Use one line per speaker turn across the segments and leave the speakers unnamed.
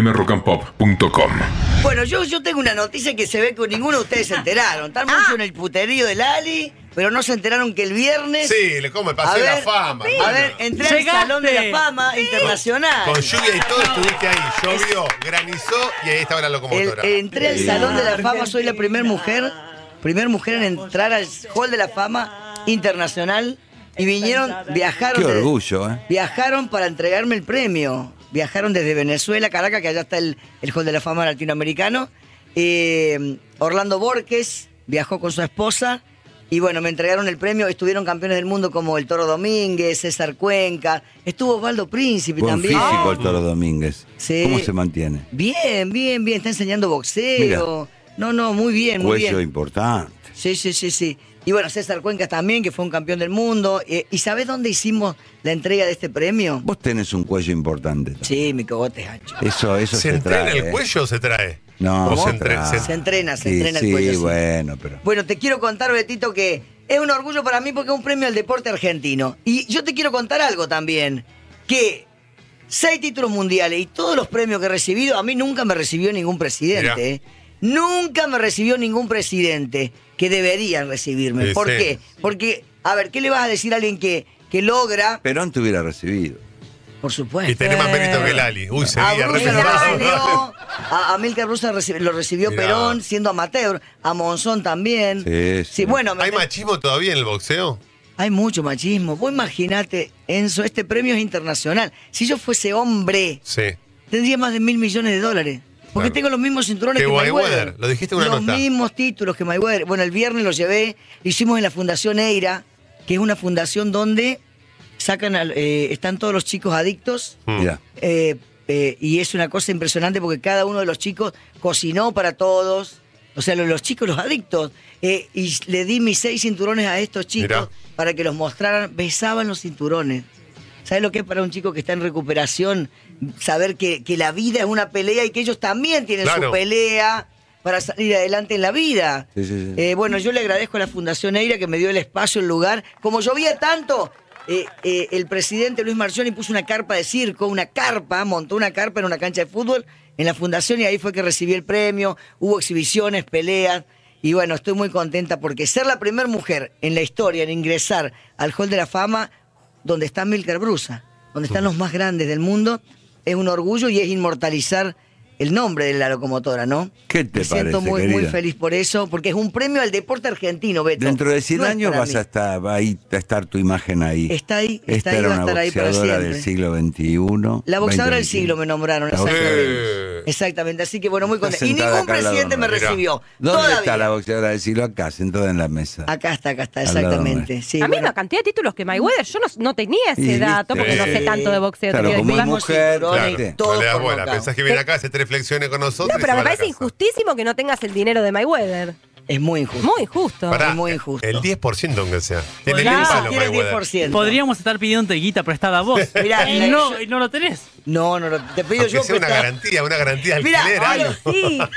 fmrockandpop.com.
Bueno, yo, yo tengo una noticia que se ve que ninguno de ustedes se enteraron. Están mucho en el puterío del Ali, pero no se enteraron que el viernes.
Sí, le come, pasé
A
la
ver,
fama.
A
hermano.
ver, entré al
Llegaste.
Salón de la Fama Internacional.
Con lluvia y todo estuviste ahí. Llovió, granizó y ahí estaba la
El-
locomotora.
entré al Salón de la Fama, soy la primer mujer, primer mujer en entrar al Hall de la Fama Internacional y vinieron, viajaron.
Qué
de-
orgullo, ¿eh?
Viajaron para entregarme el premio. Viajaron desde Venezuela, Caracas, que allá está el, el Hall de la Fama Latinoamericano. Eh, Orlando Borges viajó con su esposa. Y bueno, me entregaron el premio. Estuvieron campeones del mundo como el Toro Domínguez, César Cuenca. Estuvo Osvaldo Príncipe
Buen
también.
físico el Toro Domínguez.
Sí.
¿Cómo se mantiene?
Bien, bien, bien. Está enseñando boxeo. No, no, muy bien, muy
Hueso
bien.
importante.
Sí, sí, sí, sí. Y bueno, César Cuenca también, que fue un campeón del mundo. Eh, ¿Y sabés dónde hicimos la entrega de este premio?
Vos tenés un cuello importante. también.
Sí, mi cogote es ancho.
Eso, eso
¿Se
se,
entrena
trae,
el
¿eh?
cuello o se trae?
No,
O se, entre-
entrena.
se-
Se entrena, se
Sí,
entrena el
sí,
cuello. sí.
bueno, pero.
Bueno, te quiero contar, Betito, que es un orgullo para mí porque es un premio al deporte argentino. Y yo te quiero contar algo también, que seis títulos mundiales y todos los premios que he recibido, a mí nunca me recibió ningún
Mirá.
presidente. ¿eh? Nunca me recibió ningún presidente que deberían recibirme.
Sí,
¿Por
sí.
qué? Porque, a ver, ¿qué le vas a decir a alguien que, que logra?
Perón te hubiera recibido.
Por supuesto.
Y tenés más mérito que Lali. Uy,
A
sería
Brusa lo
representado.
recibió, a, a Milka Brusa reci- lo recibió
Mirá.
Perón siendo amateur, a Monzón también.
Sí, sí.
bueno, me-
¿Hay machismo todavía en el boxeo?
hay mucho machismo. Vos imaginate, Enzo, este premio es internacional. Si yo fuese hombre,
Sí.
tendría más de mil millones de dólares. Porque
Claro.
tengo los mismos cinturones
Que
que
Mayweather.
Mayweather.
Lo dijiste en una
Los
nota.
mismos títulos que Mayweather. Bueno, el viernes los llevé, lo hicimos en la Fundación Eira, que es una fundación donde sacan, al- eh, están todos los chicos adictos
Mm.
Mirá.
eh, eh, y es una cosa impresionante porque cada uno de los chicos cocinó para todos. O sea, lo- los, chicos, los adictos. eh, y le di mis seis cinturones a estos chicos
Mirá.
para que los mostraran. Besaban los cinturones. ¿Sabes lo que es para un chico que está en recuperación? Saber que, que la vida es una pelea y que ellos también tienen
Claro.
su pelea para salir adelante en la vida.
Sí, sí, sí.
Eh, bueno, yo le agradezco a la Fundación Eira que me dio el espacio, el lugar. Como llovía tanto, eh, eh, el presidente Luis Marcioni puso una carpa de circo, una carpa, montó una carpa en una cancha de fútbol en la Fundación y ahí fue que recibí el premio. Hubo exhibiciones, peleas. Y bueno, estoy muy contenta porque ser la primera mujer en la historia en ingresar al Hall de la Fama, donde está Milker Brusa, donde están los más grandes del mundo, es un orgullo y es inmortalizar el nombre de la locomotora, ¿no?
¿Qué te
Me siento
parece,
muy, muy
querida?
feliz feliz por eso, porque es un premio al deporte argentino, Beto.
Dentro de 100
No es
años
para
vas
mí.
a estar, va ahí a estar tu imagen ahí.
Está ahí,
Esta
está ahí,
era
va a
una
estar ahí para
boxeadora
siempre.
del siglo XXI.
La boxeadora del
20,
siglo me nombraron,
La
exactamente.
Eh,
Exactamente, así que bueno, muy
Está
contenta. Y
sentada
ningún
acá al lado
presidente me
nuestro.
recibió.
¿Dónde
Todavía.
está la boxeadora del siglo? Acá, sentada en la mesa.
Acá está, acá está,
Al lado
exactamente.
nuestro.
Sí,
a mí
bueno.
la cantidad de títulos que Mayweather, yo no, no tenía ese
Y
dato
listo.
porque no sé
Sí.
tanto de boxeo.
Claro,
te quiero
como es
decir.
Tuvimos
mujer.
cinturones,
claro.
todos
no le das
por
bola.
nocaut.
Pensás que viene acá, hace tres flexiones con nosotros.
No,
y se
pero
va
me
a la
parece
casa.
injustísimo que no tengas el dinero de Mayweather.
Es muy injusto.
Muy injusto.
Pará,
Es muy injusto.
El 10% aunque sea. Tiene
Claro.
un
Si
palo,
quiere el
Mayweather.
10%.
Podríamos estar pidiéndote guita prestada a vos.
Mirá, la-
y, no, y no lo tenés.
No, no, no, te pido
Aunque
yo
sea una
prestado.
garantía, una garantía de
Mirá,
alquiler,
ahora
algo.
Sí.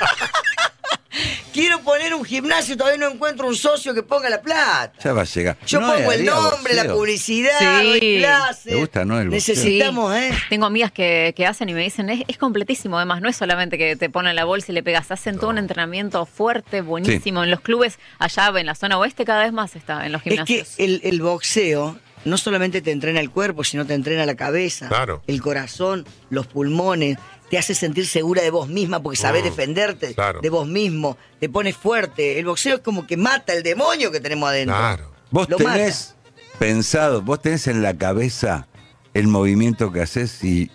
Quiero poner un gimnasio, todavía no encuentro un socio que ponga la plata.
Ya va a llegar.
Yo
No,
pongo el
haría
nombre, la
boxeo.
publicidad,
Sí.
doy clases.
¿Te gusta, no, el boxeo?
Necesitamos, ¿eh?
Tengo amigas que, que hacen y me dicen, es, es completísimo, además, no es solamente que te ponen la bolsa y le pegas, hacen todo un entrenamiento fuerte, buenísimo. En los clubes allá en la zona oeste cada vez más está, en los
Es
gimnasios.
que el, el boxeo no solamente te entrena el cuerpo, sino te entrena la cabeza,
Claro.
el corazón, los pulmones, te hace sentir segura de vos misma porque sabés
Mm,
defenderte
claro.
de vos mismo, te pones fuerte. El boxeo es como que mata el demonio que tenemos adentro.
Claro.
Vos
Lo
tenés pensado, vos tenés en la cabeza el movimiento que haces y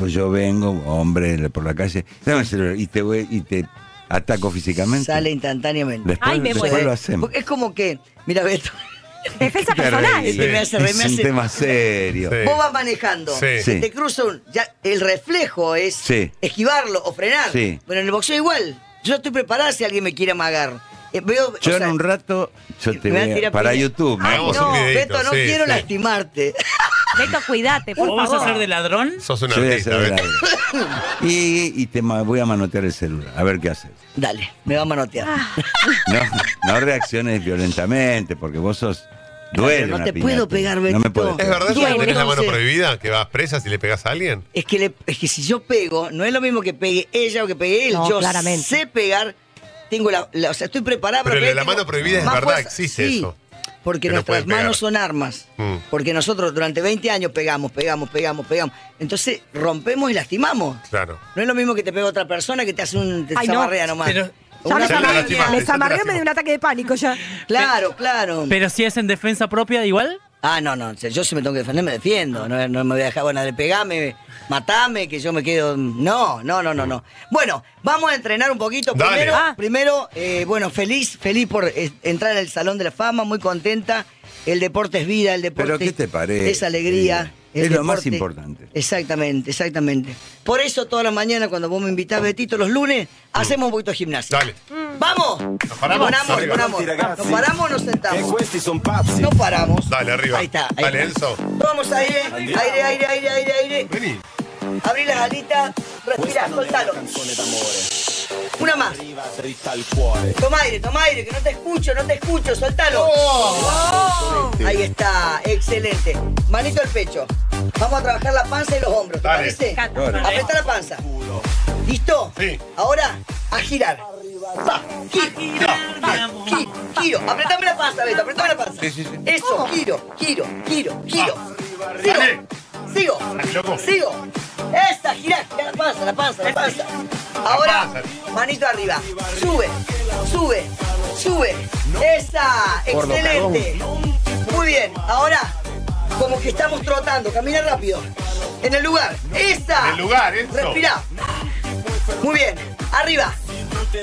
pues, yo vengo, hombre, por la calle, dame el celular y te voy y te ataco físicamente.
Sale instantáneamente.
Después,
Ay, Ah, me
después
muero.
lo hacemos.
Porque es como que, mira, Beto,
Defensa
Te
personal.
reís.
este me hace, re-
Es
me
un
hace-
tema serio.
Sí.
Vos vas manejando,
Sí.
se
Sí.
te cruza un. ya, el reflejo es
Sí.
esquivarlo o frenar.
Sí.
Pero en el boxeo igual. Yo estoy preparada si alguien me quiere amagar. Eh, veo, o
Yo en
sea,
un rato, yo te
me van a
voy a,
tirar
para
piña.
YouTube. me
Ay,
hago-
Hagamos un videíto,
Beto, no
sí,
quiero
sí.
lastimarte.
Beto, cuídate, por
¿Vos vas a
favor.
ser de ladrón?
Sos un
Yo voy a
artista. ¿eh?
hacer
¿ves?
algo. y, y te ma- voy a manotear el celular, a ver qué haces.
Dale, me va a manotear.
No, no reacciones violentamente, porque vos sos Duele.
no
una
te
piñata.
puedo pegar,
No me puedo.
Betito.
¿Es verdad
Duele,
que tenés la mano
entonces.
prohibida? ¿Que vas presa si le pegas a alguien?
Es que, le- es que si yo pego, no es lo mismo que pegue ella o que pegue él.
No,
yo
claramente.
sé pegar, tengo la, la- o sea, estoy preparada
Pero
para
la
pegar,
mano
tengo
prohibida es
más
verdad,
fuerza.
existe
Sí,
eso.
Porque
Que no
nuestras
pueden pegar.
manos son armas.
Mm.
Porque nosotros durante 20 años pegamos, pegamos, pegamos, pegamos. Entonces rompemos y lastimamos.
Claro.
No es lo mismo que te pega otra persona que te hace un te
Ay, no.
zamarrea nomás.
Pero-
O
Ya
una
Ya
me
te
familia.
zamarré,
lastimaste,
me
ya te
zamarré, me
lastimaste.
dio un ataque de pánico ya.
Claro, claro.
Pero si es en defensa propia, igual.
Ah, no, no. Yo si me tengo que defender, me defiendo. No, no me voy a dejar, bueno, de pegame, matame, que yo me quedo. No, no, no, no, no. Bueno, vamos a entrenar un poquito.
Dale.
Primero,
Ah.
primero eh, bueno, feliz, feliz por eh, entrar al Salón de la Fama, muy contenta. El deporte es vida, el deporte
Pero, ¿qué te parece?
es alegría.
Sí.
el
Es lo más
deporte-
importante.
Exactamente, exactamente. Por eso todas las mañanas cuando vos me invitás, Betito, los lunes, hacemos un poquito de gimnasia.
Dale.
¡Vamos! Nos
paramos.
Nos
Arriba.
paramos, nos paramos, nos
E
sentamos.
questi son pazzi.
No paramos.
Dale, arriba.
Ahí está. ahí
Dale,
está.
Enzo.
Vamos, aire, aire, aire, aire, aire, aire.
Vení.
Abrí las alitas, respira,
Questa non è una
soltalo.
canzone d'amore.
Una más.
Arriva dritta al cuore.
Toma aire, toma aire, que no te escucho, no te escucho, soltalo.
Oh.
Oh. Ahí está, excelente. Manito al pecho. Vamos a trabajar la panza y los hombros, ¿te
Dale.
parece?
Dale.
Apretá la panza.
Culo.
¿Listo?
Sí.
Ahora, a girar. Pa, gi- Gi- Ah, Giro, apretame la panza, Beto, apretame la panza.
Sí, sí, sí.
Eso, giro, giro, giro, giro. Sigo,
Ah, Dale.
sigo,
Dale, loco.
sigo. Esa, girá, girá la panza, la panza, la panza. Ahora, manito arriba. Sube, sube, sube. Esa, excelente. Muy bien, ahora, como que estamos trotando, camina rápido. En el lugar, esa.
En el lugar, eso.
Respirá. Muy bien, arriba.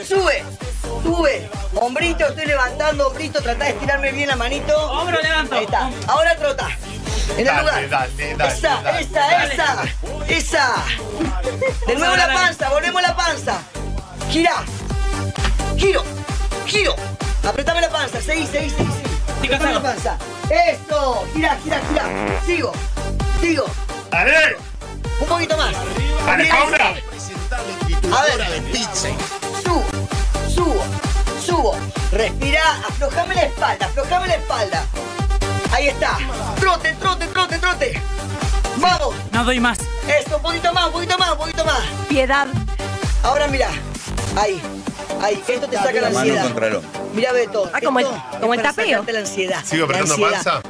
Sube, sube. Hombrito, estoy levantando, hombrito, tratá de estirarme bien la manito.
Hombro levanto.
Ahí está. Ahora trota. En el
Dale,
lugar.
dale, dale,
esa,
dale,
esa,
dale.
esa, esa. De nuevo la panza, volvemos la panza. Gira. Giro. Giro. Apretame la panza. Seguí, seguí, seguí, seguí.
Sigo,
Apretame la
sigo.
panza. Eso. Gira, gira, gira. Sigo. Sigo.
Dale.
Un poquito más.
Dale,
Bien.
cobra.
A ver. Subo, subo, subo. Respira, aflojame la espalda, aflojame la espalda. Ahí está. Trote, trote, trote, trote. Vamos.
No doy más.
Esto, un poquito más, un poquito más, un poquito más.
Piedad.
Ahora mira. Ahí. Ahí. Esto te saca la
La mano
ansiedad.
contra el hombro.
Mira, Beto.
Ah, como el-
esto es
como el
para
tapeo.
sacarte la ansiedad.
Sigo apretando
la ansiedad.
panza.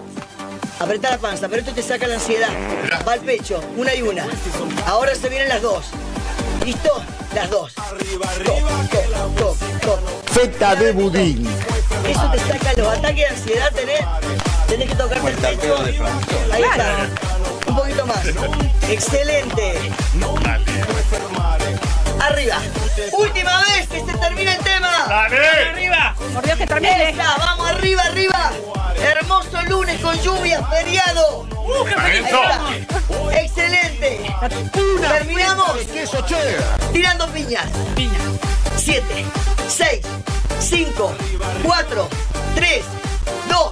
Apretá la panza, pero esto te saca la ansiedad.
Mirá.
Va al pecho, una y una. Ahora se vienen las dos. ¿Listo? Las dos. Toc, toc, toc, toc.
Fetta de budín.
Eso te saca los ataques de ansiedad, tenés, tenés que tocarte el pecho. Ahí está. Un poquito más. Excelente. Arriba. Última vez que se termina el tema.
Dale.
¡Arriba!
Por Dios que termine.
Esa, vamos arriba, arriba. Hermoso lunes con lluvia, feriado. Ahí
Enzo.
está. Excelente. Terminamos tirando piñas.
Piña.
7, 6, 5, 4, 3, 2,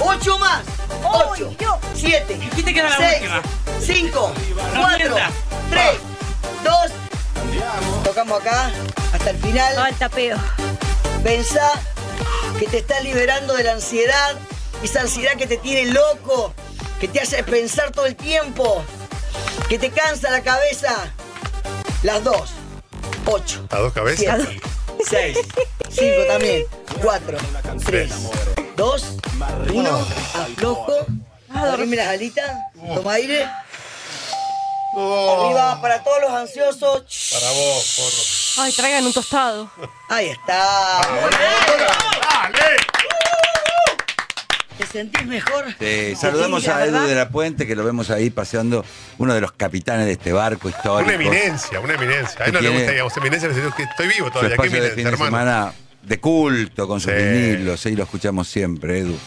8 más. 8,
Dios!
7,
Aquí te queda la
6,
última.
5,
No
4,
mientas.
3, 2. Tocamos acá hasta el final.
No, el tapeo.
Pensá que te estás liberando de la ansiedad, esa ansiedad que te tiene loco, que te hace pensar todo el tiempo, que te cansa la cabeza. Las dos, ocho,
A dos cabezas.
siete, seis, cinco también, cuatro, tres, dos, uno, aflojo, abrime las alitas, toma aire,
Oh,
arriba para todos los ansiosos.
Para vos,
Ay, traigan un tostado.
Ahí está.
porro. Dale.
¿Te sentís mejor?
Sí, Eh, saludamos a Edu de la Puente, que lo vemos ahí paseando, uno de los capitanes de este barco histórico.
Una eminencia, una eminencia. A él no le
Tiene-
gusta, digamos, eminencia, pero yo que estoy vivo
Su
todavía. ¿Qué
espacio de fin
eminencia,
de
hermano?
semana de culto, con sus
Sí.
vinilos, ahí lo escuchamos siempre, Edu.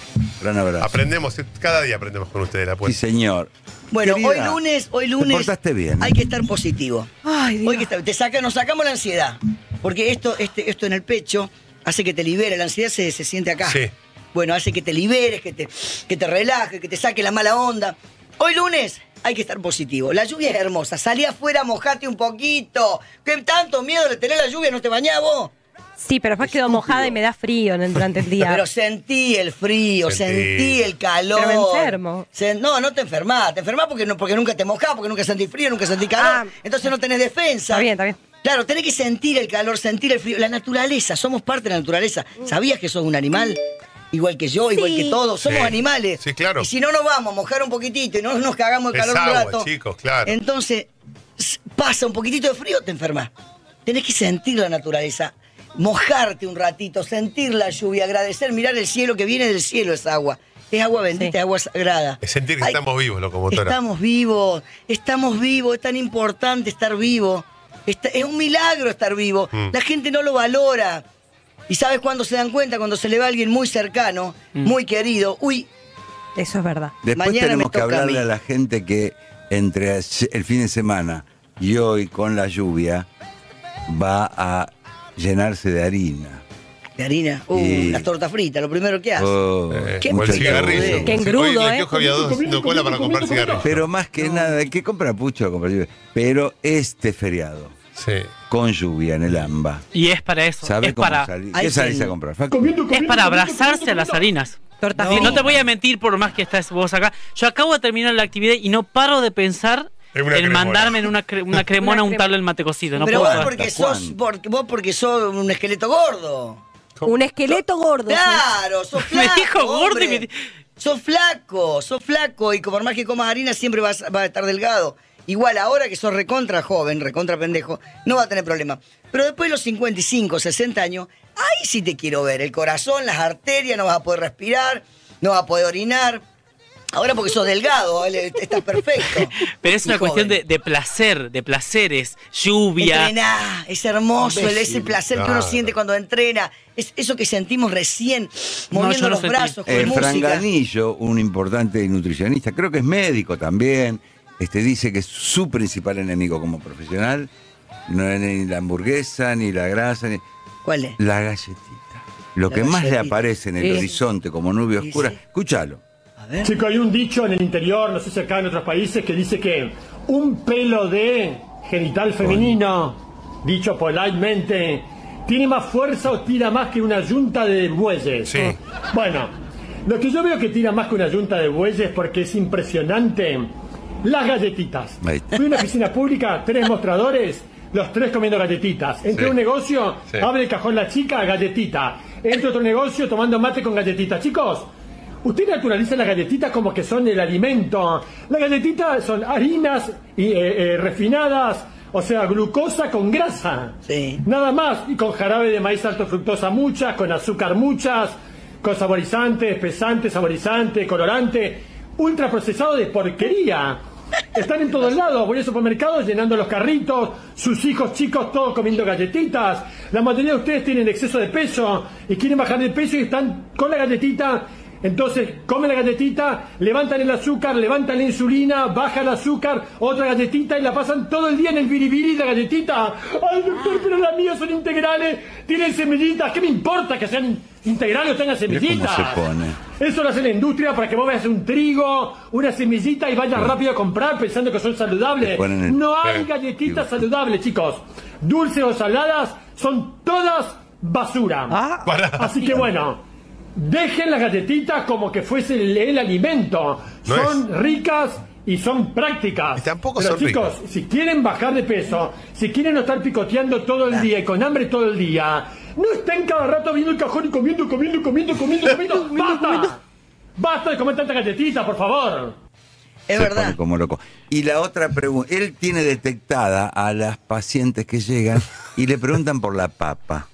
Gran abrazo.
Aprendemos, cada día aprendemos con ustedes la
Sí,
puerta.
señor.
Bueno,
Querida,
hoy lunes, hoy lunes.
Te portaste bien. ¿eh?
Hay que estar positivo.
Ay, Dios.
Hoy que está- te saca, nos sacamos la ansiedad. Porque esto, este, esto en el pecho hace que te libere. La ansiedad se, se siente acá.
Sí.
Bueno, hace que te liberes, que te, que te relajes, que te saque la mala onda. Hoy lunes hay que estar positivo. La lluvia es hermosa. Salí afuera, mojate un poquito. ¿Qué tanto miedo de tener la lluvia? ¿No te bañás vos?
Sí, pero después quedó mojada y me da frío en el- durante el día.
Pero sentí el frío,
Sentí.
sentí el calor.
Pero me enfermo.
Sen- no, no te enfermás. Te enfermás porque, no, porque nunca te mojás, porque nunca sentís frío, nunca sentís calor.
Ah.
Entonces no tenés defensa.
Está bien, está bien.
Claro, tenés que sentir el calor, sentir el frío. La naturaleza, somos parte de la naturaleza.
Mm.
¿Sabías que sos un animal? Igual que yo, igual que todos. Somos
Sí.
animales.
Sí, claro.
Y si no nos vamos a mojar un poquitito y no nos cagamos de
Es
calor un
agua,
rato.
chicos, claro.
Entonces, s- pasa un poquitito de frío, te enfermas. Tenés que sentir la naturaleza, mojarte un ratito, sentir la lluvia, agradecer, mirar el cielo que viene del cielo es agua. Es agua bendita,
Sí.
es agua sagrada.
Es sentir que
Ay,
estamos vivos, locomotora.
Estamos vivos, estamos vivos, es tan importante estar vivo. Esta- es un milagro estar vivo.
Mm.
La gente no lo valora. ¿Y sabes cuándo se dan cuenta? Cuando se le va alguien muy cercano, muy querido. Uy,
Eso es verdad.
Después
Mañana me
tenemos que
toca a
hablarle
mí.
a, la gente que entre el fin de semana y hoy con la lluvia va a llenarse de harina.
de harina, uh,
Y-
las tortas fritas, lo primero que hace.
Oh,
Eh,
Ah, Qué
o el
mucho
cigarrillo.
calor.
Sí,
Qué
Hoy
engrudo,
en el
¿eh?
kiosco había dos haciendo cola para comprar cigarrillos.
Pero más que nada, hay que comprar pucho, comprar lluvia. Pero este feriado,
Sí.
con lluvia en el AMBA,
Y es para eso.
¿sabes
es
cómo
para,
salir?
Hay
¿Qué salís
que-
a comprar? Facu?
es para abrazarse a las harinas.
Torta
Sí,
frita.
no te voy a mentir por más que estás vos acá. Yo acabo de terminar la actividad y no paro de pensar
En
en,
una cremona.
mandarme en una, cre- una cremona a
Una crema.
untarle el mate cocido. No
Pero
puedo
vos
¿hasta
parar.
porque, sos,
cuándo?
porque- vos porque sos un esqueleto gordo.
Un esqueleto gordo.
Claro, sos
Me
flaco.
dijo gordo y
hombre.
me di-
Sos flaco, sos flaco y como por más que comas harina siempre vas, vas a estar delgado. Igual ahora que sos recontra joven, recontra pendejo, no va a tener problema. Pero después de los 55, 60 años, ahí sí te quiero ver. El corazón, las arterias, no vas a poder respirar, no vas a poder orinar. Ahora porque sos delgado, Ale, estás perfecto.
Pero es
Y
una cuestión
joven.
de, de placer, de placeres, lluvia.
Entrená, es hermoso, el- ese placer que uno
Claro.
siente cuando entrena, es eso que sentimos recién,
No,
moviendo
yo no
los
sentí.
brazos con
Eh,
música.
Franganillo, un importante nutricionista, creo que es médico también, este, dice que su principal enemigo como profesional no es ni la hamburguesa, ni la grasa, ni
¿Cuál es?
la galletita. Lo
La
que más le
galletita.
aparece en el
Sí.
horizonte como nube
Sí,
oscura,
sí.
escúchalo.
A ver.
Chico, hay un dicho en el interior, no sé si acá en otros países, que dice que un pelo de genital femenino, dicho politemente, tiene más fuerza o tira más que una yunta de bueyes.
Sí.
Bueno, lo que yo veo que tira más que una yunta de bueyes porque es impresionante, las galletitas.
Ahí está.
Fui a una oficina pública, tres mostradores, los tres comiendo galletitas. Entré
Sí.
a un negocio,
Sí.
abre el cajón la chica, galletita. Entra a otro negocio tomando mate con galletitas. Chicos, usted naturaliza las galletitas como que son el alimento. Las galletitas son harinas y, eh, eh, refinadas, o sea, glucosa con grasa.
Sí.
Nada más. Y con jarabe de maíz alto fructosa muchas, con azúcar muchas, con saborizante, espesante, saborizante, colorante. Ultra procesado de porquería. Están en todos lados. Voy al supermercado llenando los carritos, sus hijos chicos todos comiendo galletitas. La mayoría de ustedes tienen exceso de peso y quieren bajar de peso y están con la galletita. Entonces, comen la galletita, levantan el azúcar, levantan la insulina, baja el azúcar, otra galletita y la pasan todo el día en el biribiri la galletita. Ay, doctor, pero las mías son integrales, tienen semillitas, ¿qué me importa que sean integrales o tengan
cómo
semillitas?
se pone.
Eso lo hace la industria para que vos veas un trigo, una semillita y vayas rápido a comprar pensando que son
Le
saludables.
ponen el-
No hay
Eh,
galletitas
digo.
saludables, chicos. Dulces o saladas son todas basura.
Ah,
Pará.
Así que bueno, dejen las galletitas como que fuese el, el alimento.
No
son ricas y son prácticas.
Y tampoco
Pero
son
chicos,
ricas.
si quieren bajar de peso, si quieren no estar picoteando todo el día y con hambre todo el día, no estén cada rato viendo el cajón y comiendo, comiendo, comiendo, comiendo, comiendo. ¡Basta! ¡Basta de comer tanta galletita, por favor!
Es
se
verdad.
pone como loco. Y la otra pregunta, él tiene detectada a las pacientes que llegan y le preguntan por la papa.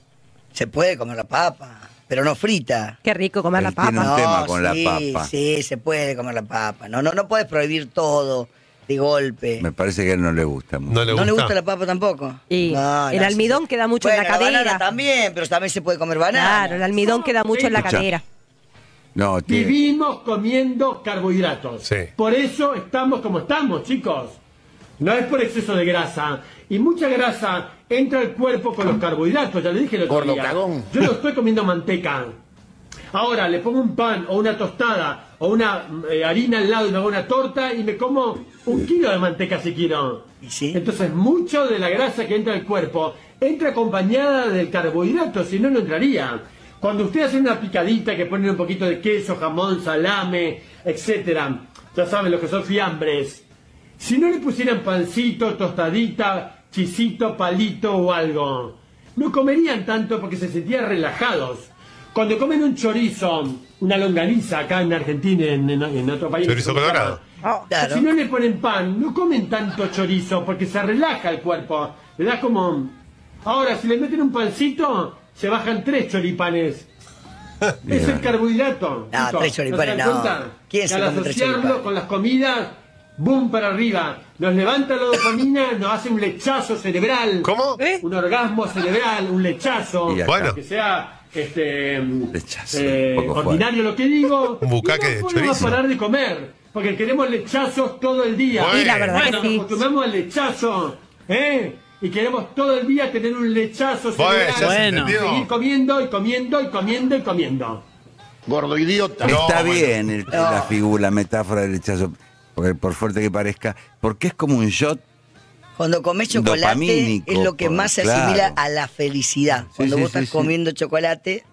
Se puede comer la papa, pero no frita.
Qué rico comer la
Él tiene
papa.
un tema con la
sí,
papa.
Sí, se puede comer la papa. No, no, no puedes prohibir todo de golpe.
Me parece que a él no le gusta mucho.
No le
¿No
gusta.
le gusta la papa tampoco?
Y
No,
el
no,
almidón
sí, sí.
queda mucho en
Bueno,
la cadera.
banana también, pero también se puede comer banana.
Claro, el almidón queda mucho en la
Escucha.
cadera.
No, tiene-
Vivimos comiendo carbohidratos.
Sí.
Por eso estamos como estamos, chicos. No es por exceso de grasa. Y mucha grasa entra al cuerpo con los carbohidratos. Ya le dije el otro
Gordo
día.
cagón.
Yo no estoy comiendo manteca. Ahora le pongo un pan o una tostada o una eh, harina al lado y me hago una torta y me como un kilo de manteca si quiero.
¿Y sí?
Entonces, mucho de la grasa que entra al cuerpo entra acompañada del carbohidrato, si no, no entraría. Cuando usted hace una picadita que ponen un poquito de queso, jamón, salame, etcétera, ya saben lo que son fiambres. Si no le pusieran pancito, tostadita, chisito, palito o algo, no comerían tanto porque se sentían relajados. Cuando comen un chorizo, una longaniza acá en Argentina, en, en- en otro país.
Chorizo
¿cómo se llama?
colorado.
Claro.
Si no le ponen pan, no comen tanto chorizo porque se relaja el cuerpo. Le das como. Ahora, si le meten un pancito, se bajan tres choripanes. Es el carbohidrato.
No,
chicos.
tres choripanes,
se dan
no.
cuenta?
¿Quién
Que
se
al
come tres
asociarlo
choripanes?
con las comidas, boom para arriba. Nos levanta la dopamina, nos hace un lechazo cerebral.
¿Cómo?
¿Eh?
Un orgasmo cerebral, un lechazo.
Y acá.
Bueno.
Que sea este
Lechazo,
eh,
un poco fuerte.
ordinario lo que digo.
Un bucaque
Y
de
no podemos
chorizo.
parar de comer, porque queremos lechazos todo el día.
Bueno.
Y la verdad
Nos
que sí.
acostumbramos al lechazo, ¿eh? Y queremos todo el día tener un lechazo
Bueno,
cerebral.
ya se
Bueno.
entendió.
Seguir comiendo y comiendo y comiendo y comiendo.
Gordo idiota.
No,
Está
bueno.
bien el- la figura, la metáfora del rechazo, porque por fuerte que parezca, porque es como un shot.
Cuando comes chocolate
Dopamínico,
es lo que
por-
más se asimila
claro.
a la felicidad.
Sí,
Cuando
sí,
vos
sí,
estás
sí.
comiendo chocolate,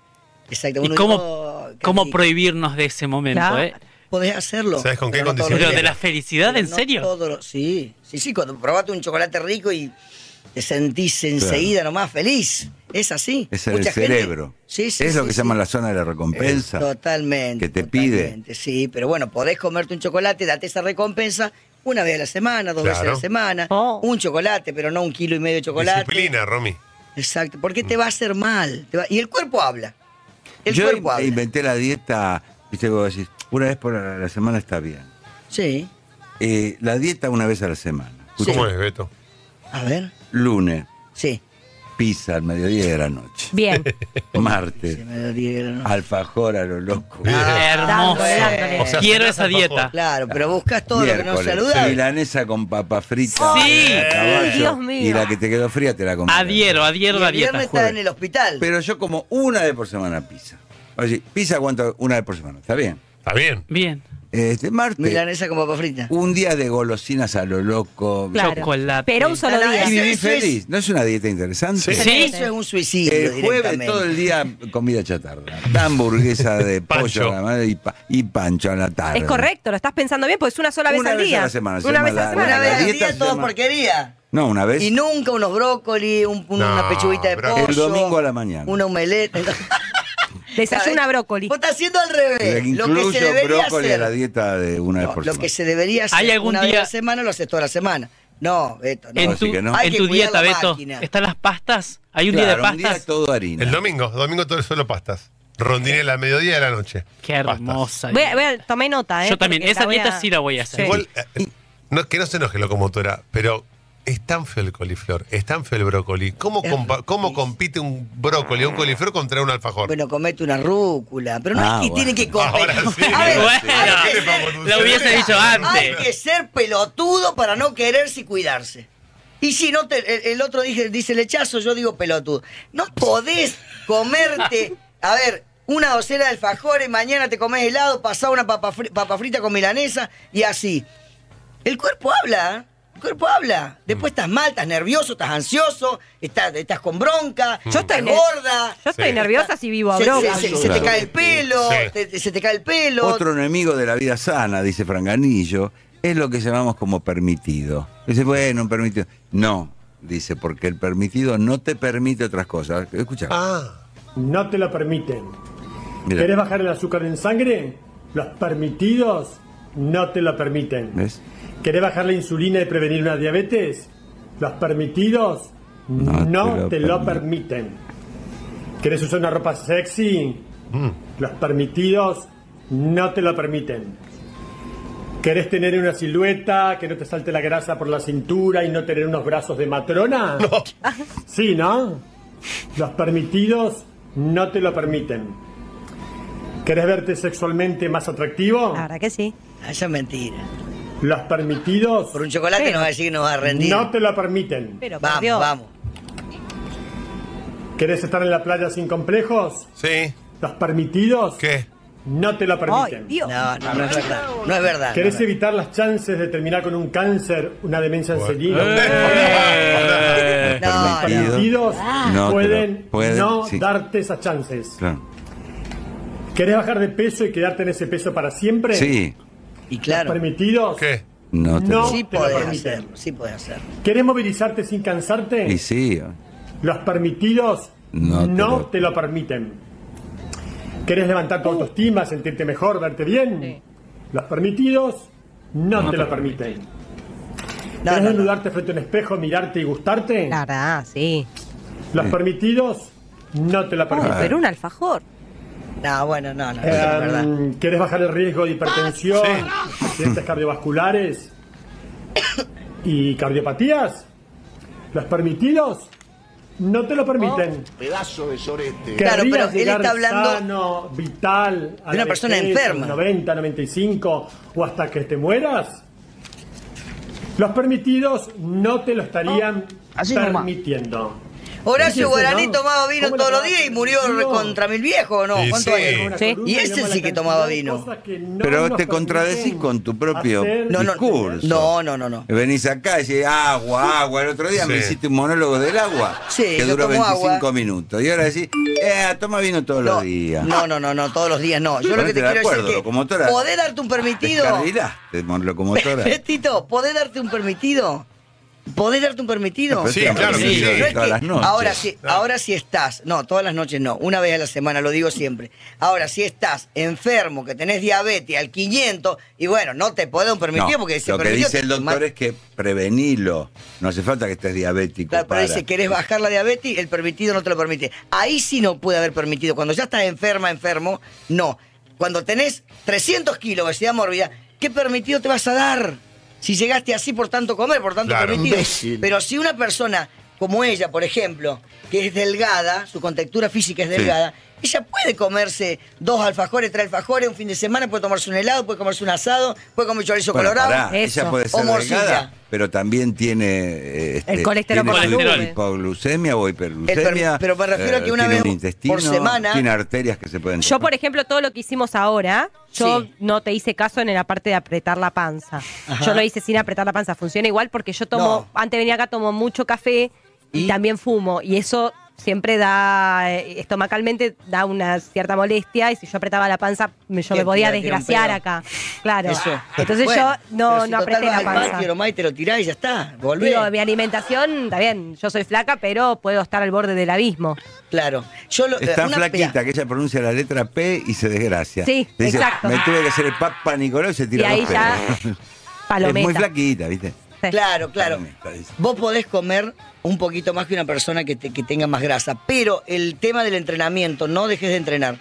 exacto.
¿Y
uno
cómo,
dice, "Oh, qué
cómo
rico".
prohibirnos de ese momento,
Claro.
eh?
Podés hacerlo.
¿Sabes con qué
pero no todos los
condiciones?
Pero de
días.
la felicidad, ¿en
Pero no
serio?
todos los- sí, sí, sí. Cuando probaste un chocolate rico y te sentís enseguida nomás feliz. Es así.
Es el
Mucha gente-
cerebro.
Sí, sí,
es lo
sí,
que
sí.
se llama la zona de la recompensa.
Totalmente.
Que te
totalmente, Sí, pero bueno, podés comerte un chocolate, date esa recompensa una vez a la semana, dos veces a la
Claro.
semana.
Oh.
Un chocolate, pero no un kilo y medio de chocolate.
Disciplina, Romy.
Exacto, porque te va a hacer mal. te va- Y el cuerpo habla. El
Yo
cuerpo habla.
inventé la dieta, viste, vos decís, una vez por la la semana está bien.
Sí.
Eh, la dieta una vez a la semana. Escuchá,
¿Cómo es, Beto?
A ver.
Lunes,
Sí.
pizza al mediodía de la noche.
Bien.
Martes,
Se me dio- no.
Ah, alfajor a lo loco.
Hermoso.
Dándole,
dándole.
O sea,
Quiero
sacás
esa
al
dieta.
Claro, pero buscas todo lo que no es
Miércoles,
saludable.
milanesa con papa frita.
Sí.
a caballo,
Ay, Dios mío.
Y la que te quedó fría te la comí.
Adhiero,
Y
adhiero a la
el
dieta.
viernes está
jueves.
en el hospital.
Pero yo como una vez por semana pizza. Oye, pizza cuánto una vez por semana, está bien.
Está bien.
Bien.
Este martes,
Milanesa con papa frita.
un día de golosinas a lo loco.
Claro.
Chocolate.
Pero un solo
No, no,
día.
Y viví
Eso es-
feliz. ¿No es una dieta interesante?
Sí.
Eso es un suicidio
El jueves
directamente.
todo el día comida chatarra. hamburguesa de
Pancho.
pollo a la madre y, pa- y pancho a la tarde.
Es correcto, lo estás pensando bien, pues es una sola vez
Una
al
vez
día.
a la semana, se
Una
llama
vez a
la-
la semana.
Una
Bueno,
vez al
dieta
día
se
todo
llama-
porquería.
No, una vez.
Y nunca unos brócoli, un- una
No,
pechuguita de pollo.
brócoli.
El domingo a la mañana.
Una omelette.
Desayuna brócoli.
Vos estás haciendo al revés.
Le
eh, Lo que se
incluyo
debería
brócoli a
hacer.
la dieta de una vez
No,
por
lo
semana.
que se debería hacer
¿Hay algún
una vez
día-
a la semana lo haces toda la semana. No, Beto, no.
En
Así
tu,
que no.
Hay
en
que
tu
cuidar
dieta,
la
Beto,
máquina.
¿están las pastas? ¿Hay un
Claro,
día de pastas?
todo harina.
El domingo, domingo todo solo pastas. Rondinela
Eh.
al mediodía de la noche.
Qué
Pastas.
hermosa.
Voy
dieta.
a- voy a- tomé nota, ¿eh?
Yo también,
porque
esa
voy
dieta sí la voy a hacer.
Igual, eh, no, que no se enoje locomotora, pero es tan feo el coliflor, es tan feo el brócoli. ¿Cómo,
Es
compa-
riquísimo.
cómo compite un brócoli, un coliflor contra un alfajor?
Bueno, comete una rúcula. Pero no
Ah,
es que
bueno.
tienen que comer.
Ahora sí.
A ver,
Bueno,
hay que
¿qué le vamos a
ser-
hacer?
lo hubiese dicho
Hay
antes.
que ser pelotudo para no quererse y cuidarse. Y si no, te- el, el otro dije, dice lechazo, yo digo pelotudo. No podés comerte, a ver, una docena de alfajores, mañana te comes helado, pasado una papa, fri- papa frita con milanesa y así. El cuerpo habla, ¿eh? el cuerpo habla.
Mm.
Después estás mal, estás nervioso, estás ansioso, estás, estás con bronca,
Yo
estás
estoy ne-
gorda.
Yo estoy
Sí.
nerviosa si vivo a
Se,
brócoli.
se- se- se te
Claro.
cae el pelo,
Sí.
te- se te cae el pelo.
Otro enemigo de la vida sana, dice Franganillo, es lo que llamamos como permitido. Dice, bueno, un permitido. No, dice, porque el permitido no te permite otras cosas. Escucha.
Ah,
No te lo permiten.
Mira.
¿Querés bajar el azúcar en sangre? Los permitidos no te lo permiten.
¿Ves?
¿Querés bajar la insulina y prevenir una diabetes? Los permitidos
No
no,
te
te,
lo
lo permiten. ¿Querés usar una ropa sexy? Los permitidos no te lo permiten. ¿Querés tener una silueta que no te salte la grasa por la cintura y no tener unos brazos de matrona? Sí, ¿no? Los permitidos no te lo permiten. ¿Querés verte sexualmente más atractivo?
La verdad que sí.
Ah, Esa es mentira.
Los permitidos
Por un chocolate
Pero-
nos va a decir que nos va a rendir.
no te lo permiten.
Pero por
vamos,
Dios.
vamos.
¿Querés estar en la playa sin complejos?
sí.
los permitidos
¿Qué?
no te lo
Ay,
permiten.
Dios.
No, no, no es verdad. No es verdad. no es
¿Querés
verdad.
evitar las chances de terminar con un cáncer, una demencia
Bueno.
senil?
Eh,
No,
Los
permitido.
permitidos
Ah.
No te
pueden
lo- pueden,
no
sí.
darte esas chances.
Claro.
¿Querés bajar de peso y quedarte en ese peso para siempre?
Sí,
Y claro,
¿Permitidos?
¿Qué?
no te
No.
lo-
sí
te lo
podés
permiten.
hacerlo, sí podés hacerlo.
¿Querés movilizarte sin cansarte?
Y sí,
Los permitidos
No
no,
te lo-
te lo permiten. ¿Querés levantar tu autoestima, sentirte mejor, verte bien? Los permitidos no, te, lo permiten.
No,
¿Querés
no, no.
desnudarte frente a un espejo, mirarte y gustarte?
La verdad, sí.
Los permitidos no te lo
Ay,
permiten.
pero un alfajor.
No, bueno, no, no, no,
Eh,
es verdad.
¿Querés bajar el riesgo de hipertensión,
Sí.
accidentes cardiovasculares y cardiopatías? ¿Los permitidos? No te lo permiten.
Oh, Pedazo de sorete.
Claro, pero
¿Querrías
él está
llegar
hablando
sano, vital, a
de una
la
persona
vejez,
enferma.
90, 95 o hasta que te mueras. Los permitidos no te lo estarían
Oh,
permitiendo.
Horacio
¿Viste,
Guaraní
no?
tomaba vino
¿Cómo le
todos los
pagás
días y
al
murió
vecino?
contra mil viejos, ¿o no?
Y
¿Cuánto
sí.
hay?
Una
Sí.
columna
Y ese
llama
sí
la
que
cantidad
tomaba
de
vino.
cosas que no
Pero
nos
te contradecís
permiten
con tu propio
hacer
No, no,
discurso.
no, no, no, no.
Venís acá y decís agua, agua. El otro día me
Sí.
hiciste un monólogo del agua
Sí,
que
yo
dura
tomo
25
agua.
minutos. Y ahora decís, eh, toma vino todos
No,
los días.
no, no, no, no, todos los días no. Yo lo que
Ponete
te
de
quiero
acuerdo,
decir es que
locomotora.
podés darte un permitido.
Descarrilaste, mon- locomotora.
Tito, ¿podés darte un permitido? ¿Podés darte un permitido?
Pero
Sí,
te han
claro que
permitido
sí.
ir
No es
todas
que-
las noches.
Ahora si,
Claro.
ahora si estás, no, todas las noches no, una vez a la semana, lo digo siempre. Ahora, si estás enfermo, que tenés diabetes al 500, y bueno, no te puedo un permitido
No,
porque se
lo que
permitió
dice el
te-
doctor
ma-
es que prevenilo. No hace falta que estés diabético.
Claro, pero
para.
dice, ¿querés bajar la diabetes? El permitido no te lo permite. Ahí sí no puede haber permitido. Cuando ya estás enferma, enfermo, no. Cuando tenés 300 kilos de obesidad mórbida, ¿qué permitido te vas a dar? Si llegaste así por tanto comer, por tanto
Claro,
permitido.
imbécil.
Pero si una persona como ella, por ejemplo, que es delgada, su contextura física es
Sí.
delgada, ella puede comerse dos alfajores, tres alfajores, un fin de semana, puede tomarse un helado, puede comerse un asado, puede comer chorizo
Bueno,
colorado.
pará,
Eso.
ella puede ser
O morcilla.
delgada, pero también tiene. este,
El colesterol
tiene
por
su
las nubes.
Hipoglucemia o
El
hiperglucemia. eh,
per- pero me refiero a que una
tiene
vez
un
por
intestino,
semana-
Tiene arterias que se pueden.
Yo, por ejemplo, todo lo que hicimos ahora, yo
Sí.
no te hice caso en la parte de apretar la panza. Yo lo hice sin apretar la panza. Funciona igual porque yo tomo,
No.
antes de venir acá, tomo mucho café y, también fumo. Y eso siempre da, eh, estomacalmente da una cierta molestia. Y si yo apretaba la panza, me- yo
Te
me podía
tira- tira un
desgraciar
pedo.
acá. Claro.
Eso.
Ah, Entonces
Bueno,
yo no,
pero si
no
total
apreté
vas
la
al
panza.
patio nomás y te lo tirás y ya está. Volvé.
Digo, mi alimentación, está bien, yo soy flaca, pero puedo estar al borde del abismo.
Claro. Yo lo,
Está
Eh, una-
flaquita,
mirá,
que ella pronuncia la letra P y se desgracia.
Sí,
Te dice,
exacto.
Me tuve que hacer el papa Nicolás y se
Y
tira
ahí
dos
ya,
pedos".
palometa.
Es muy flaquita, ¿viste?
Sí.
Claro, claro.
Palometa, dice.
Vos podés comer un poquito más que una persona que, te- que tenga más grasa, pero el tema del entrenamiento, no dejes de entrenar.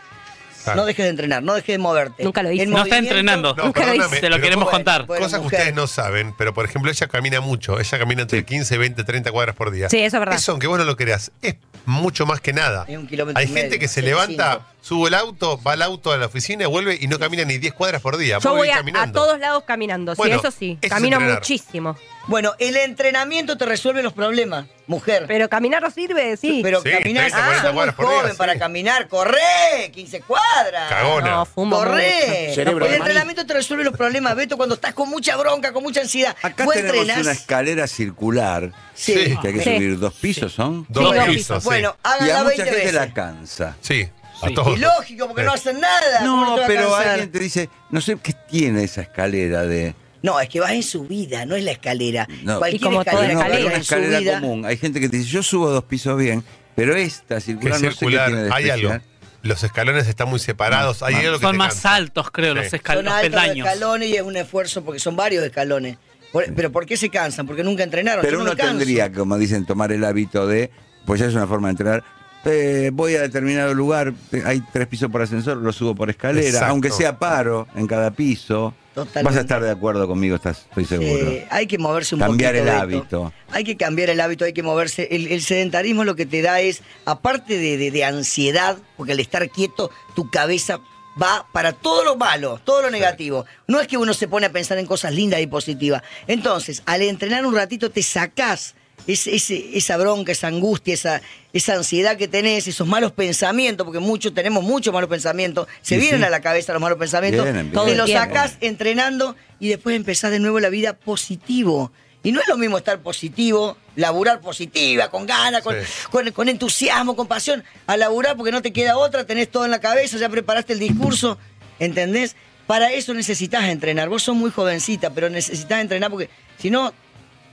Claro.
No dejes de entrenar, no dejes de moverte.
Nunca lo hice.
El
No está
movimiento-
entrenando.
No,
Nunca lo
perdóname,
hice.
Te lo
pero
queremos
vos-
contar.
Bueno,
Cosas que
mujer.
ustedes no saben, pero por ejemplo, ella camina mucho. Ella camina entre 15, 20, 30 cuadras por día.
Sí, eso es verdad.
Eso, aunque vos no lo creas, es mucho más que nada.
Es un kilómetro
Hay
y medio,
gente que se
75.
levanta, sube el auto, va al auto a la oficina, vuelve y no camina ni 10 cuadras por día.
Yo
Vos
voy
venís
a, a
caminando.
todos lados caminando,
Bueno,
sí, eso sí.
eso es
Camino
entrenar.
muchísimo.
Bueno, el entrenamiento te resuelve los problemas, mujer.
Pero caminar no sirve, sí.
Pero
Sí,
caminar
30, 40
muy
cuadras por día,
joven
sí.
para caminar, corre, 15 cuadras.
Cagona.
no, fumo
Corre.
mucho.
Cerebro
el
de
entrenamiento te resuelve los problemas, Beto, cuando estás con mucha bronca, con mucha ansiedad.
Acá
Vos
tenemos una
entrenás.
escalera circular.
Sí.
que hay que
Sí.
subir dos pisos, ¿son?
Dos
Sí, no.
pisos, sí.
Bueno,
Y a
háganla
mucha
20
gente
veces.
la cansa.
Sí, a todos.
Y lógico, porque no
Sí.
hacen nada. ¿cómo
No,
te va a
pero
cansar?
alguien te dice, no sé qué tiene esa escalera de.
No, es que vas en subida, no es la escalera.
No.
Cualquier
Y como toda
escalera,
Pero
que
no, pero
vayas
una
en
escalera
subida.
común. Hay gente que te dice, yo subo dos pisos bien, pero esta
Que
circular, no sé qué
circular,
tiene de ¿eh? Ah.
hay algo.
especial.
Los escalones están muy separados. Hay algo que
Son
te
más
cansa.
altos, creo,
Sí.
los, escal-
Son
los
altos los
peldaños.
escalones y es un esfuerzo porque son varios escalones. Por- pero ¿por qué se cansan? Porque nunca entrenaron.
Mm.
Yo
Pero
no
uno
me canso.
tendría, como dicen, tomar el hábito de, pues ya es una forma de entrenar. eh, voy a determinado lugar, te- hay tres pisos por ascensor, lo subo por escalera,
Exacto.
aunque sea paro en cada piso.
Totalmente.
Vas a estar de acuerdo conmigo, estás, estoy seguro.
Eh, hay que moverse un
Cambiar
poquito.
el
Beto.
hábito.
Hay que cambiar el hábito, hay que moverse. El, el sedentarismo lo que te da es, aparte de, de- de ansiedad, porque al estar quieto, tu cabeza va para todo lo malo, todo lo negativo. No es que uno se pone a pensar en cosas lindas y positivas. Entonces, al entrenar un ratito, te sacás es- es- esa bronca, esa angustia, esa, esa ansiedad que tenés, esos malos pensamientos, porque muchos tenemos muchos malos pensamientos, se
Sí,
vienen
sí.
a la cabeza los malos pensamientos,
Vienen,
te
vienen.
los
Todo el
sacás entrenando y después empezás de nuevo la vida positivo. Y no es lo mismo estar positivo, laburar positiva, con ganas, con,
Sí.
con- con entusiasmo, con pasión, a laburar porque no te queda otra, tenés todo en la cabeza, ya preparaste el discurso, ¿entendés? Para eso necesitas entrenar. Vos sos muy jovencita, pero necesitas entrenar porque si no,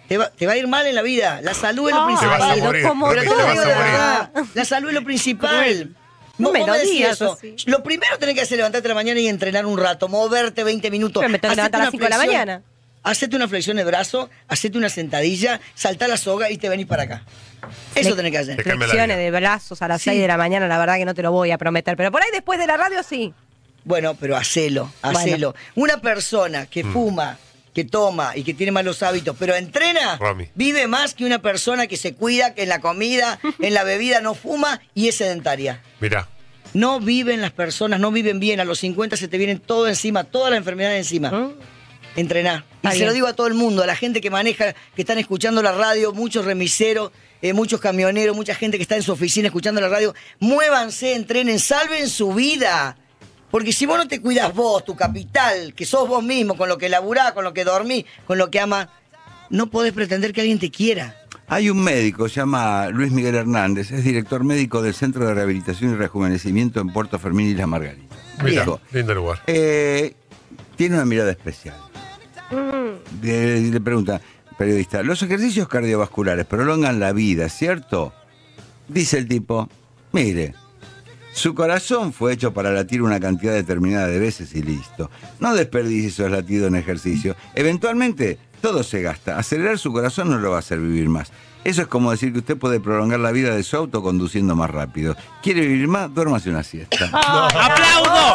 te va, te va a ir mal en la vida. La salud es lo
Ay,
Te vas a
principal.
morir.
¿cómo
Romy,
Pero
te
te lo
vas
digo
a
de
morir.
verdad, la salud es lo principal.
No
Vos
me lo
decís
digas
eso.
así.
Lo primero tenés que hacer es levantarte a la mañana y entrenar un rato, moverte 20 minutos.
Pero me tengo que
Hacete
levantar a las
una
cinco de la
flexión.
mañana.
Hacete una flexión de brazo, hacete una sentadilla, saltá la soga y te venís para acá. Eso tenés que hacer.
Te cambia la
Flexiones
vida.
de brazos a las
Sí.
6 de la mañana, la verdad que no te lo voy a prometer. Pero por ahí después de la radio sí.
Bueno, pero hacelo,
Bueno.
hacelo. Una persona que fuma, que toma y que tiene malos hábitos, pero entrena,
Romy.
vive más que una persona que se cuida, que en la comida, en la bebida no fuma y es sedentaria.
Mirá,
No viven las personas, no viven bien. A los 50 se te vienen todo encima, todas las enfermedades encima.
Ah.
Ah. ¿Mm?
Entrená. Y
Está
se
bien.
lo digo a todo el mundo, a la gente que maneja, que están escuchando la radio, muchos remiseros, eh, muchos camioneros, mucha gente que está en su oficina escuchando la radio. Muévanse, entrenen, salven su vida. Porque si vos no te cuidas vos, tu capital, que sos vos mismo, con lo que laburás, con lo que dormís, con lo que amas, no podés pretender que alguien te quiera.
Hay un médico, se llama Luis Miguel Hernández, es director médico del Centro de Rehabilitación y Rejuvenecimiento en Puerto Fermín y Las Margaritas.
mirá,
Dijo,
lindo lugar.
eh, tiene una mirada especial. Le, le pregunta, periodista, los ejercicios cardiovasculares prolongan la vida, ¿cierto? Dice el tipo, mire, su corazón fue hecho para latir una cantidad determinada de veces y listo. No desperdicie esos latidos en ejercicio. Eventualmente, todo se gasta. Acelerar su corazón no lo va a hacer vivir más. Eso es como decir que usted puede prolongar la vida de su auto conduciendo más rápido. ¿Quiere vivir más? Duérmase una siesta.
¡Aplaudo!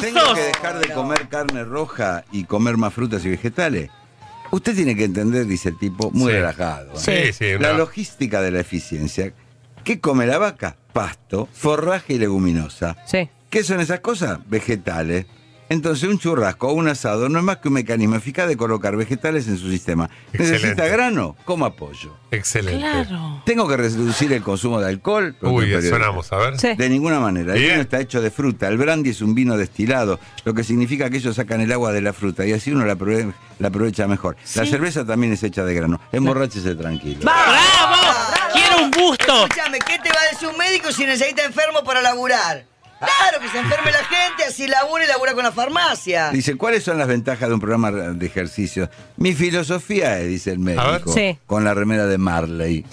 Tengo
¡Aplausos!
que dejar de comer carne roja y comer más frutas y vegetales. Usted tiene que entender, dice el tipo, muy
Sí.
relajado. ¿eh?
Sí, sí,
La
una-
logística de la eficiencia. ¿Qué come la vaca? Pasto, forraje y leguminosa.
Sí.
¿Qué son esas cosas? Vegetales. Entonces un churrasco o un asado no es más que un mecanismo eficaz de colocar vegetales en su sistema. ¿Necesita
Excelente.
grano? Coma pollo.
Excelente.
Claro.
¿Tengo que reducir el consumo de alcohol?
Uy,
Pregunta el periodista.
sonamos, a ver.
Sí.
De ninguna manera. El
Bien.
vino está hecho de fruta. El brandy es un vino destilado, lo que significa que ellos sacan el agua de la fruta y así uno la, aprove- la aprovecha mejor. La cerveza también es hecha de grano. Emborráchese tranquilo.
¡Bravo! quiero un busto.
Escúchame, ¿qué te va a decir un médico si necesita enfermo para laburar? Claro, que se enferme la gente, así labura y labura con la farmacia.
Dice, ¿cuáles son las ventajas de un programa de ejercicio? Mi filosofía es, dice el médico,
Sí.
con la remera de Marley.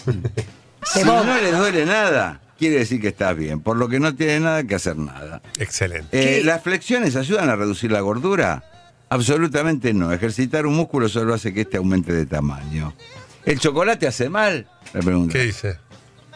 si no le duele nada, quiere decir que estás bien, por lo que no tiene nada que hacer nada.
Excelente.
Eh,
¿Qué?
¿Las flexiones ayudan a reducir la gordura? Absolutamente no. Ejercitar un músculo solo hace que este aumente de tamaño. ¿El chocolate hace mal? Le pregunto.
¿Qué dice?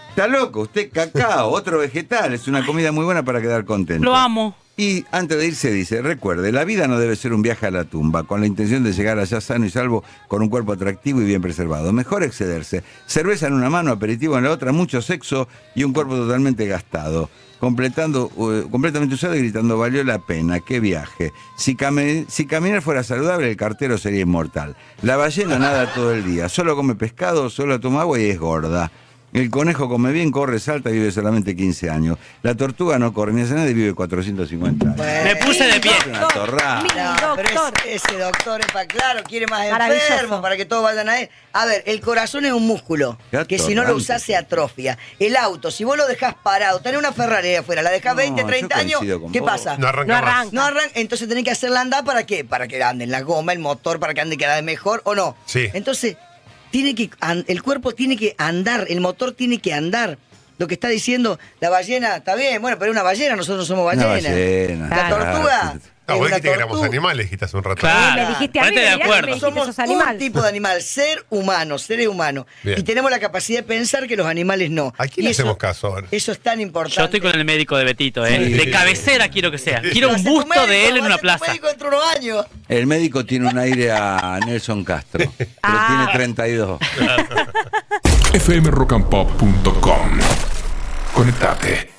Está loco, usted cacao, otro vegetal, es una comida muy buena para quedar contento.
Lo amo.
Y antes de irse dice, recuerde, la vida no debe ser un viaje a la tumba, con la intención de llegar allá sano y salvo, con un cuerpo atractivo y bien preservado. Mejor excederse. Cerveza en una mano, aperitivo en la otra, mucho sexo y un cuerpo totalmente gastado. Completando, eh, completamente usado y gritando, valió la pena, qué viaje. Si, cami- si caminar fuera saludable, el cartero sería inmortal. La ballena nada todo el día, solo come pescado, solo toma agua y es gorda. El conejo come bien, corre, salta y vive solamente 15 años. La tortuga no corre ni hace nada y vive 450 años.
Bueno.
Me puse de pie.
Es una torrada.
mi-
No,
doctor.
pero es- ese doctor es para claro, quiere más
Maravilloso.
enfermos para que todos vayan a él. A ver, el corazón es un músculo
Qué
que si no lo
atorrante.
usás se atrofia. El auto, si vos lo dejás parado, tenés una Ferrari ahí afuera, la dejás
No,
20,
yo
30 años,
coincido con
¿qué
vos.
pasa?
No arranca
No
más.
arranca.
Ah. No arran- entonces tenés que hacerla andar para qué? Para que anden la goma, el motor, para que ande que ande mejor o no.
Sí.
Entonces, tiene que an- el cuerpo tiene que andar, el motor tiene que andar. Lo que está diciendo la ballena, está bien, bueno, pero es una ballena, nosotros no somos
Una
ballenas. La
ballena.
Claro.
tortuga.
Ah,
es
vos
una
dijiste que éramos
tortuga.
animales, dijiste hace un rato.
Claro.
Me dijiste a mí,
Ponete
me
de
mirá que
acuerdo.
me dijiste
Somos
sos animal.
un tipo de animal, ser humano, seres humanos.
Bien.
Y tenemos la capacidad de pensar que los animales no.
¿A quién
Y
le
eso-
hacemos caso ahora?
Eso es tan importante.
Yo estoy con el médico de Betito, ¿eh?
Sí.
De cabecera quiero que sea. Quiero
Lo
un
hace tu
busto de
médico,
él en
lo
una
hace tu
plaza.
médico dentro de unos años.
El médico tiene un aire a Nelson Castro, pero
Ah.
tiene 32.
fmrockandpop.com. Conectate.